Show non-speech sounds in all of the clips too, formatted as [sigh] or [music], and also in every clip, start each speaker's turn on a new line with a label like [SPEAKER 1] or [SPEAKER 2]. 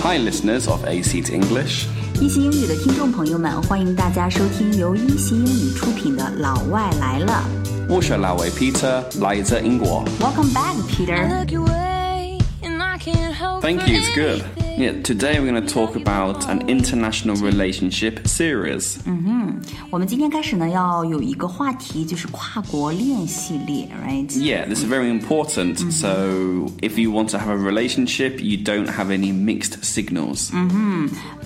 [SPEAKER 1] Hi, listeners of A Seat English.
[SPEAKER 2] 一席英语的听众朋友们，欢迎大家收听由一席英语出品的《老外来了
[SPEAKER 1] 我是老外Peter, 来自英国.》。
[SPEAKER 2] Welcome back, Peter.
[SPEAKER 3] look your way and I can't help
[SPEAKER 1] Thank you, it's good.
[SPEAKER 3] anything.
[SPEAKER 1] Yeah, today we're going to talk about an international relationship series.
[SPEAKER 2] 我们今天开始呢，要有一个话题，就是跨国恋系列，right？
[SPEAKER 1] Yeah, this is very important. So, if you want to have a relationship, you don't have any mixed signals.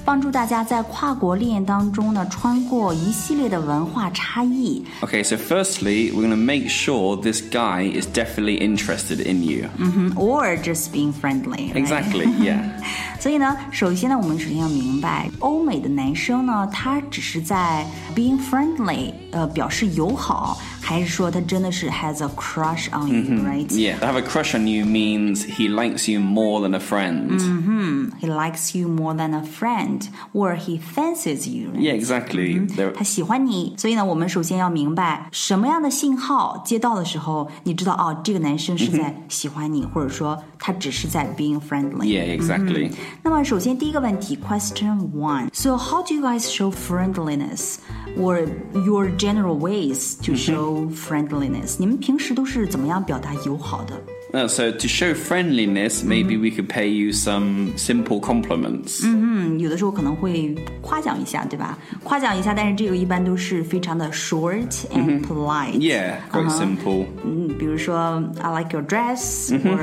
[SPEAKER 2] 帮助大家在跨国恋当中呢，穿过一系列的文化差异。
[SPEAKER 1] Okay, so firstly, we're going to make sure this guy is definitely interested in you.
[SPEAKER 2] 嗯 or just being friendly. right?
[SPEAKER 1] Exactly, yeah.
[SPEAKER 2] [laughs] 所以呢，首先呢，我们首先要明白，欧美的男生呢，他只是在 being friendly，呃，表示友好，还是说他真的是 has a crush on
[SPEAKER 1] 嗯
[SPEAKER 2] you，right？、
[SPEAKER 1] Yeah, to have a crush on you means he likes you more than a friend.
[SPEAKER 2] Mm, He likes you more than a friend, or he fancies you. right?
[SPEAKER 1] Yeah, exactly. There-
[SPEAKER 2] 他喜欢你，所以呢，我们首先要明白什么样的信号接到的时候，你知道哦，这个男生是在喜欢你，或者说他只是在 being
[SPEAKER 1] Mm-hmm。
[SPEAKER 2] friendly。
[SPEAKER 1] yeah, exactly.
[SPEAKER 2] 那么，首先第一个问题，Question One。So, how do you guys show friendliness or your general ways to
[SPEAKER 1] Mm-hmm。
[SPEAKER 2] show friendliness？、你们平时都是怎么样表达友好的
[SPEAKER 1] Uh, so to show friendliness, maybe we could pay you some simple compliments.
[SPEAKER 2] 嗯，有的时候可能会夸奖一下，对吧？夸奖一下，但是这个一般都是非常的 short and polite。
[SPEAKER 1] Mm-hmm. Yeah, quite simple.
[SPEAKER 2] 嗯，比如说，I like your dress，or、
[SPEAKER 1] Mm-hmm.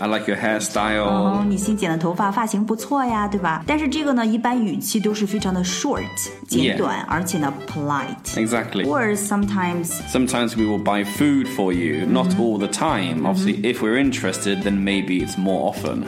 [SPEAKER 1] I like your hairstyle.
[SPEAKER 2] 哦，你新剪的头发发型不错呀，对吧？但是这个呢，一般语气都是非常的 short 简
[SPEAKER 1] Yeah
[SPEAKER 2] 短而且呢 polite。
[SPEAKER 1] Exactly.
[SPEAKER 2] Or sometimes
[SPEAKER 1] Sometimes we will buy food for you, not all the time. Obviously, if we're interested, then maybe it's more often.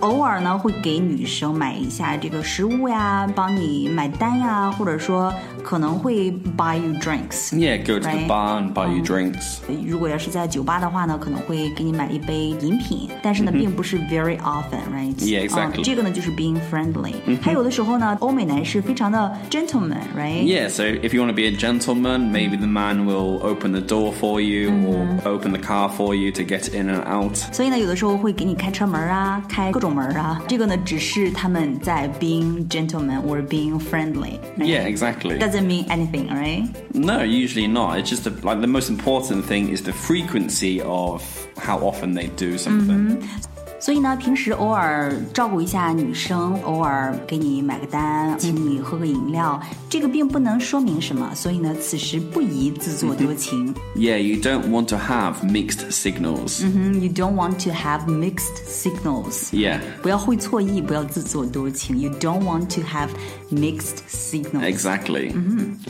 [SPEAKER 2] 偶尔呢会给女生买一下这个食物呀，帮你买单呀，或者说可能会 buy you drinks。
[SPEAKER 1] Yeah, go to the
[SPEAKER 2] Right.
[SPEAKER 1] bar and buy you drinks.
[SPEAKER 2] 如果要是在酒吧的话呢，可能会给你买一杯饮品，但是呢，并不是 very often，right？
[SPEAKER 1] 嗯 Yeah, exactly. 嗯
[SPEAKER 2] 嗯这个呢就是 being friendly。还有的时候呢，欧美男士非常的 gentleman，right？
[SPEAKER 1] Yeah, so if you want to be a gentleman, maybe the man will open the door for you or open the car for you to get in and out.
[SPEAKER 2] 所以呢，有的时候会给你开车门啊，开各种门啊。这个呢，只是他们在 being gentleman or being friendly。
[SPEAKER 1] Yeah, exactly.
[SPEAKER 2] Doesn't mean anything, right?
[SPEAKER 1] No, usually not. It's just the, like the most important thing is the frequency of how often they do something.
[SPEAKER 2] 所以呢，平时偶尔照顾一下女生，偶尔给你买个单，请你喝个饮料，这个并不能说明什么。所以呢，此时不宜自作多情。
[SPEAKER 1] Yeah, you don't want to have mixed signals.
[SPEAKER 2] 嗯，You don't want to have mixed signals.
[SPEAKER 1] Yeah,
[SPEAKER 2] 不要会错意，不要自作多情。You don't want to have mixed signals.
[SPEAKER 1] exactly.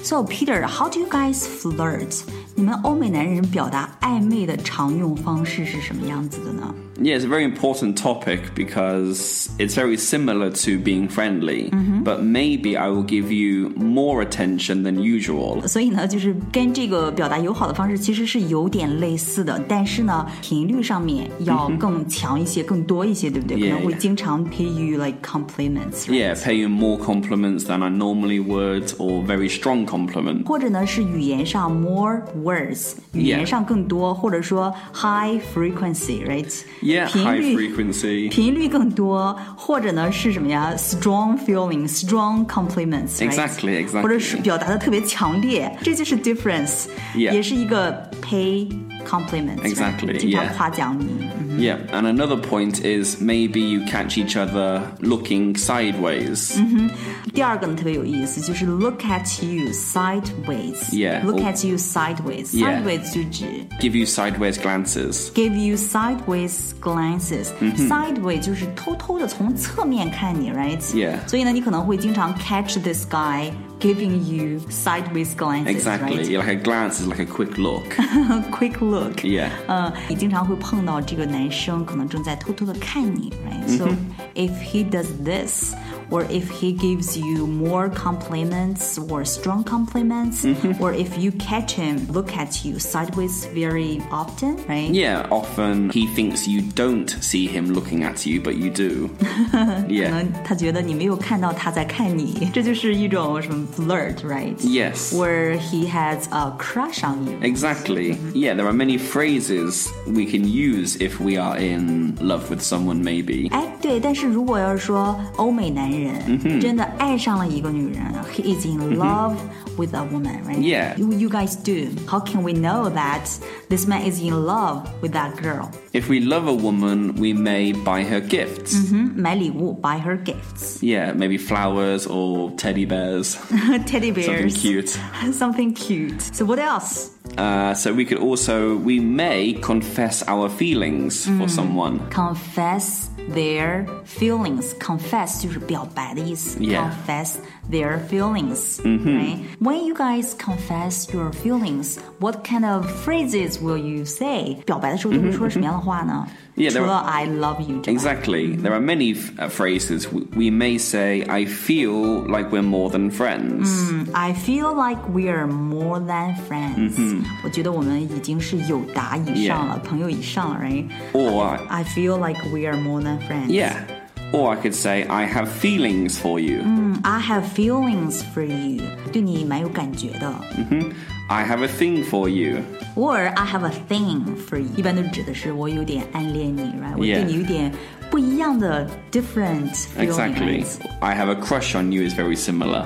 [SPEAKER 2] So Peter, how do you guys flirt? 你们欧美男人表达暧昧的常用方式是什么样子的呢？
[SPEAKER 1] Yeah, it's a very important topic because it's very similar to being friendly, but maybe I will give you more attention than usual.
[SPEAKER 2] 所以呢，就是跟这个表达友好的方式其实是有点类似的，但是呢，频率上面要更强一些、更多一些，对不对
[SPEAKER 1] Yeah,
[SPEAKER 2] 可能会
[SPEAKER 1] yeah.
[SPEAKER 2] 经常 pay you like compliments，、
[SPEAKER 1] Yeah, pay you more compliments than I normally would, or very strong compliments.
[SPEAKER 2] 或者呢是语言上 more words，语言上更多，或者说 high frequency，right？
[SPEAKER 1] Yeah,
[SPEAKER 2] 频
[SPEAKER 1] high
[SPEAKER 2] 率
[SPEAKER 1] frequency.
[SPEAKER 2] 频率更多，或者呢是什么呀？strong feeling，strong compliments，right？
[SPEAKER 1] Exactly, exactly.
[SPEAKER 2] 或者是表达的特别强烈，这就是 difference，、
[SPEAKER 1] Yeah.
[SPEAKER 2] 也是一个 pay compliments，right？
[SPEAKER 1] Exactly,
[SPEAKER 2] 经常
[SPEAKER 1] yeah.
[SPEAKER 2] 夸奖你。嗯
[SPEAKER 1] Yeah, and another point is maybe you catch each other looking sideways.
[SPEAKER 2] Mm-hmm. 第二个呢特别有意思，就是 look at you sideways。
[SPEAKER 1] Yeah. 哦
[SPEAKER 2] Look at you sideways.
[SPEAKER 1] Yeah.
[SPEAKER 2] Sideways 就指
[SPEAKER 1] Give you sideways glances.
[SPEAKER 2] give you sideways glances.
[SPEAKER 1] 嗯
[SPEAKER 2] Sideways 就是偷偷的从侧面看你，right?
[SPEAKER 1] Yeah.
[SPEAKER 2] 所以呢，你可能会经常 catch this guy giving you sideways glances,
[SPEAKER 1] Exactly.
[SPEAKER 2] right?
[SPEAKER 1] Yeah, Like a glance is like a quick look.
[SPEAKER 2] [laughs] Quick look.
[SPEAKER 1] Yeah.
[SPEAKER 2] 呃，你经常会碰到这个男生可能正在偷偷的看你，right? So
[SPEAKER 1] Mm-hmm.
[SPEAKER 2] if he does this. Or if he gives you more compliments or strong compliments,
[SPEAKER 1] Mm-hmm.
[SPEAKER 2] or if you catch him look at you sideways very often, right?
[SPEAKER 1] Yeah, often he thinks you don't see him looking at you,
[SPEAKER 2] [laughs]
[SPEAKER 1] but you do.
[SPEAKER 2] 可
[SPEAKER 1] Yeah.
[SPEAKER 2] [laughs] 能他觉得你没有看到他在看你，这就是一种什么 flirt, right?
[SPEAKER 1] Yes.
[SPEAKER 2] Where he has a crush on you.
[SPEAKER 1] Exactly.
[SPEAKER 2] Mm-hmm.
[SPEAKER 1] Yeah, there are many phrases we can use if we are in love with someone, maybe.
[SPEAKER 2] 哎，对，但是如果要是说欧美男人、真的爱上了一个女人，he is in love、with a woman, right?
[SPEAKER 1] Yeah.
[SPEAKER 2] You, you guys do. How can we know that this man is in love with that girl?
[SPEAKER 1] If we love a woman, we may buy her gifts.
[SPEAKER 2] 嗯买礼物，buy her gifts, [laughs]
[SPEAKER 1] Yeah, maybe flowers or teddy bears, something
[SPEAKER 2] teddy bears,
[SPEAKER 1] cute.
[SPEAKER 2] [laughs] something cute. So what else?
[SPEAKER 1] Uh, so we could also, we may confess our feelings for someone.
[SPEAKER 2] Confess their feelings. Confess 就是表白的意思。
[SPEAKER 1] Yeah. Mm-hmm。
[SPEAKER 2] Confess their feelings. Right? When you guys confess your feelings, what kind of phrases will you say? 表白的时候都会说什么样的话呢
[SPEAKER 1] Yeah, there
[SPEAKER 2] 除了
[SPEAKER 1] are-
[SPEAKER 2] I love you 之外
[SPEAKER 1] Exactly. There are many uh, phrases. We, we may say, I feel like we're more than friends.
[SPEAKER 2] I feel like we are more than friends.
[SPEAKER 1] Mm-hmm。
[SPEAKER 2] 我觉得我们已经是友达以上了朋友以上了，right?
[SPEAKER 1] Or, I-
[SPEAKER 2] I feel like we are more than friends.
[SPEAKER 1] yeah. Or I could say, I have feelings for you.
[SPEAKER 2] I have feelings for you. 对你蛮有感觉的。
[SPEAKER 1] I have a thing for you.
[SPEAKER 2] or I have a thing for you，一般都指的是我有点暗恋你，right？我
[SPEAKER 1] Yeah.
[SPEAKER 2] 对你有点不一样的 different
[SPEAKER 1] Exactly.
[SPEAKER 2] feelings。
[SPEAKER 1] I have a crush on you is very similar.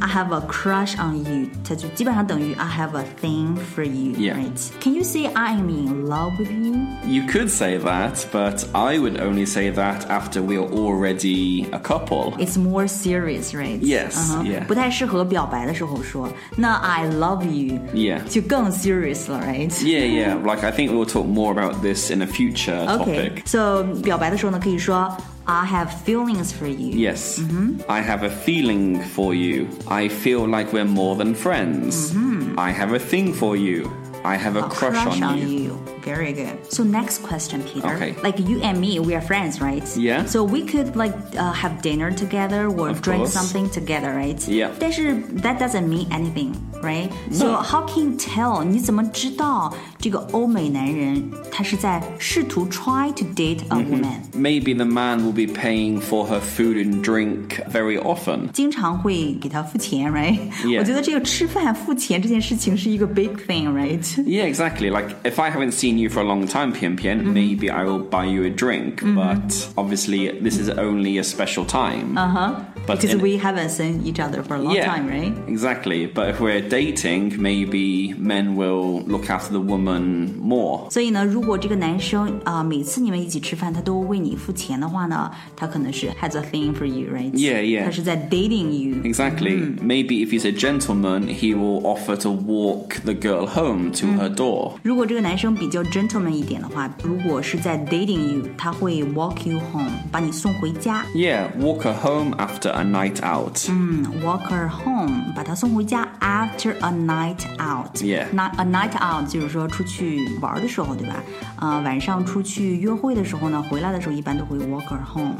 [SPEAKER 2] I have a crush on you，它就基本上等于 I have a thing for you。
[SPEAKER 1] Yeah.
[SPEAKER 2] Right？Can you say I am in love with you？
[SPEAKER 1] You could say that, but I would only say that after we're already a couple.
[SPEAKER 2] It's more serious, right?
[SPEAKER 1] Yes,
[SPEAKER 2] 嗯哼
[SPEAKER 1] yeah.
[SPEAKER 2] 不太适合表白的时候说。那 I love you，
[SPEAKER 1] Yeah.
[SPEAKER 2] 就更 serious 了，right？
[SPEAKER 1] Yeah, yeah. Like I think we'll talk more about this in a future
[SPEAKER 2] Okay.
[SPEAKER 1] topic.
[SPEAKER 2] So 表白的时候呢，可以说 I have feelings for you。
[SPEAKER 1] Yes. I have a feeling for you. I feel like we're more than friends. I have a thing for you. I have a, crush, on, you.
[SPEAKER 2] Very good. So next question, Peter.
[SPEAKER 1] Okay.
[SPEAKER 2] Like you and me, we are friends, right?
[SPEAKER 1] Yeah.
[SPEAKER 2] So we could like uh, have dinner together or
[SPEAKER 1] Of
[SPEAKER 2] drink
[SPEAKER 1] course.
[SPEAKER 2] something together, right?
[SPEAKER 1] Yeah.
[SPEAKER 2] 但是 that doesn't mean anything, right? So
[SPEAKER 1] No.
[SPEAKER 2] how can you tell? 你怎么知道这个欧美男人他是在试图 try to date a
[SPEAKER 1] Mm-hmm.
[SPEAKER 2] woman？、
[SPEAKER 1] Maybe the man will be paying for her food and drink very often.
[SPEAKER 2] 经常会给他付钱，right？、
[SPEAKER 1] Yeah.
[SPEAKER 2] 我觉得这个吃饭付钱这件事情是一个 big thing，right？
[SPEAKER 1] Yeah, exactly. Like if I haven't seen you for a long time, Pian Pian, maybe I will buy you a drink. But obviously, this is only a special time. Uh huh. But
[SPEAKER 2] Because
[SPEAKER 1] in-
[SPEAKER 2] we haven't seen each other for a long
[SPEAKER 1] yeah,
[SPEAKER 2] time, right?
[SPEAKER 1] Exactly. But if we're dating, maybe men will look after the woman more.
[SPEAKER 2] 所以呢，如果这个男生啊、呃每次你们一起吃饭，他都为你付钱的话呢，他可能是 has a thing for you，right？
[SPEAKER 1] Yeah, yeah.
[SPEAKER 2] 他是在 dating you。
[SPEAKER 1] Exactly. Maybe if he's a gentleman, he will offer to walk the girl home to her door.
[SPEAKER 2] 如果这个男生比较 gentleman 一点的话，如果是在 dating you，他会 walk you home，把你送回家。
[SPEAKER 1] Yeah, walk her home after a night out.
[SPEAKER 2] 嗯 Walk her home，把她送回家。After a night out，
[SPEAKER 1] Yeah.
[SPEAKER 2] n a night out 就是说出去玩的时候，对吧？啊、晚上出去约会的时候呢，回来的时候一般都会 walk her home。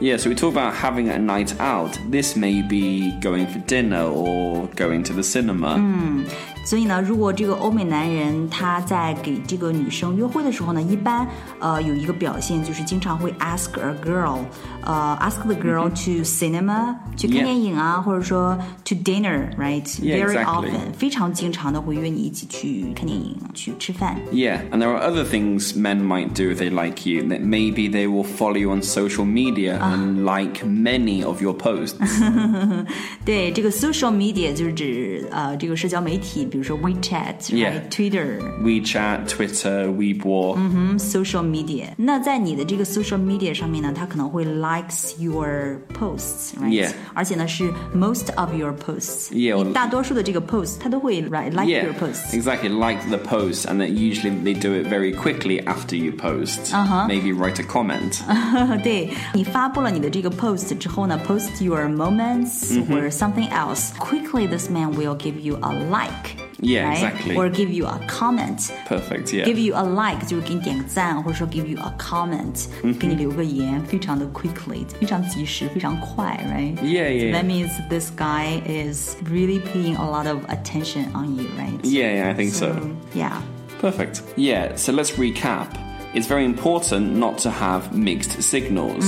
[SPEAKER 1] Yeah, so we talk about having a night out. This may be going for dinner or going to the cinema.
[SPEAKER 2] 所以呢，如果这个欧美男人他在给这个女生约会的时候呢，一般呃有一个表现就是经常会 ask a girl，呃 ask the girl to cinema 去
[SPEAKER 1] Mm-hmm. Yeah.
[SPEAKER 2] 看电影啊，或者说 to
[SPEAKER 1] Yeah,
[SPEAKER 2] dinner，right？Very
[SPEAKER 1] exactly.
[SPEAKER 2] often，非常经常的会约你一起去看电影、去吃饭。
[SPEAKER 1] Yeah, and there are other things men might do if they like you. That maybe they will follow you on social media and like many of your posts.
[SPEAKER 2] 对，这个 social media 就是指呃这个社交媒体，比如说 WeChat、
[SPEAKER 1] Yeah.
[SPEAKER 2] Twitter。
[SPEAKER 1] WeChat, Twitter, Weibo.
[SPEAKER 2] social media。那在你的这个 social media 上面呢，它可能会 likes your posts，right？、
[SPEAKER 1] Yeah.
[SPEAKER 2] 而且呢是 most of your posts。
[SPEAKER 1] Yeah,
[SPEAKER 2] 你大多数的这个 post 它都会 right like
[SPEAKER 1] Yeah,
[SPEAKER 2] your posts。
[SPEAKER 1] exactly. Like the post, and that usually they do it very quickly after you post. Uh-huh. Maybe write a
[SPEAKER 2] [laughs]
[SPEAKER 1] comment.
[SPEAKER 2] [laughs] 对你发布了你的这个 post 之后呢，post your moments、or
[SPEAKER 1] Mm-hmm。
[SPEAKER 2] something else。Quickly, this man will give you a like。
[SPEAKER 1] Yeah,
[SPEAKER 2] right?
[SPEAKER 1] exactly.
[SPEAKER 2] Or give you a comment.
[SPEAKER 1] Perfect. Yeah.
[SPEAKER 2] Give you a like 就是给你点个赞，或者说 give you a comment，、给
[SPEAKER 1] Mm-hmm。
[SPEAKER 2] 你留个言，非常的 quickly，非常及时，非常快，right？
[SPEAKER 1] Yeah, yeah,
[SPEAKER 2] So that
[SPEAKER 1] yeah.
[SPEAKER 2] means this guy is really paying a lot of attention on you, right?
[SPEAKER 1] yeah, yeah, I think so.
[SPEAKER 2] Yeah.
[SPEAKER 1] Perfect. Yeah, so let's recap. it's very important not to have mixed signals.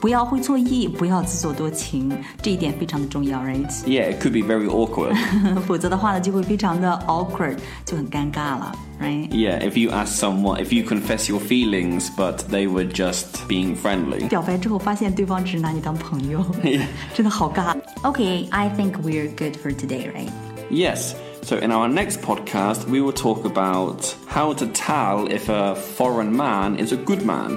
[SPEAKER 2] 不要会错意，不要自作多情，这一点非常的重要，right？
[SPEAKER 1] Yeah, it could be very
[SPEAKER 2] [laughs]
[SPEAKER 1] awkward.
[SPEAKER 2] 否则的话呢，就会非常的 awkward，就很尴尬了，right？
[SPEAKER 1] yeah, if you ask someone, if you confess your feelings, but they were just being friendly.
[SPEAKER 2] 表白之后发现对方只是拿你当朋友 [laughs] 真的好尬。Okay, I think we're good for today, right?
[SPEAKER 1] Yes. So in our next podcast, we will talk about how to tell if a foreign man is a good man.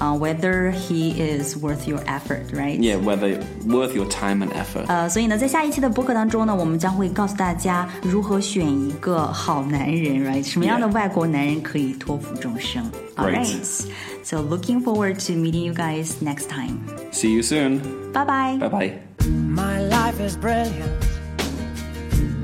[SPEAKER 2] Uh, whether he is worth your effort, right?
[SPEAKER 1] Yeah, whether worth your time and effort.
[SPEAKER 2] 呃，所以呢，在下一期的播客当中呢，我们将会告诉大家如何选一个好男人，right？什么样的
[SPEAKER 1] Yeah.
[SPEAKER 2] 外国男人可以托付终生 All
[SPEAKER 1] Right.
[SPEAKER 2] right. So looking forward to meeting you guys next time.
[SPEAKER 1] See you soon.
[SPEAKER 2] Bye bye.
[SPEAKER 1] Bye bye.
[SPEAKER 4] My life is brilliant.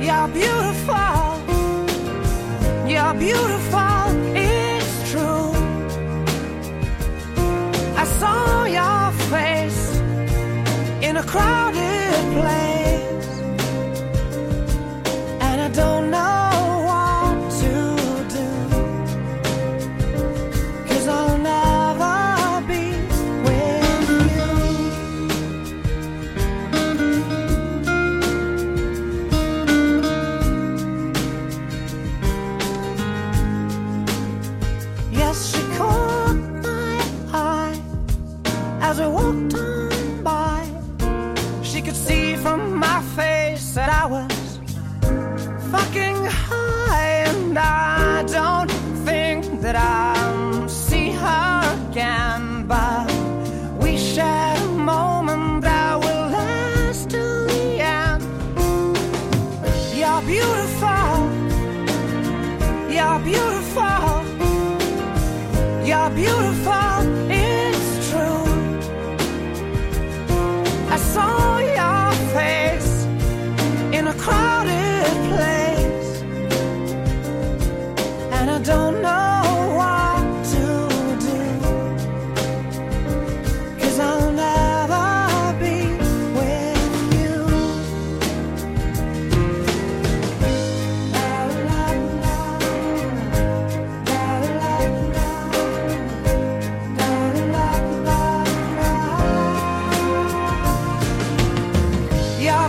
[SPEAKER 4] You're beautiful. You're beautiful, it's true. I saw your face in a crowded place, and I don't know what to do. Cause I'll never be with you. Yes, she caught my eye as we walked on by. She could see from my face that I was fucking high, and I don't think that I'll see her again. But we shared a moment that will last till the end. You're beautiful. You're beautiful. You're beautiful, it's true. I saw your face in a crowded place, and I don't know what to do. Cause I'll never be with you. La, la, la. You're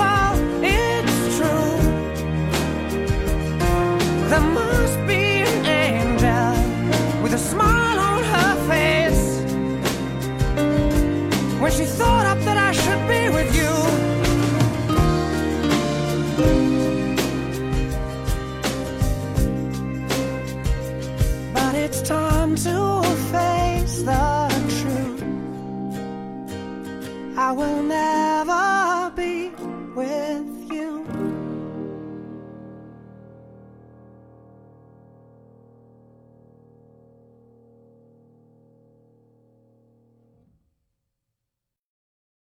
[SPEAKER 4] It's true. There must be an angel with a smile on her face when she thought up that I should be with you. But it's time to face the truth. I will never be with.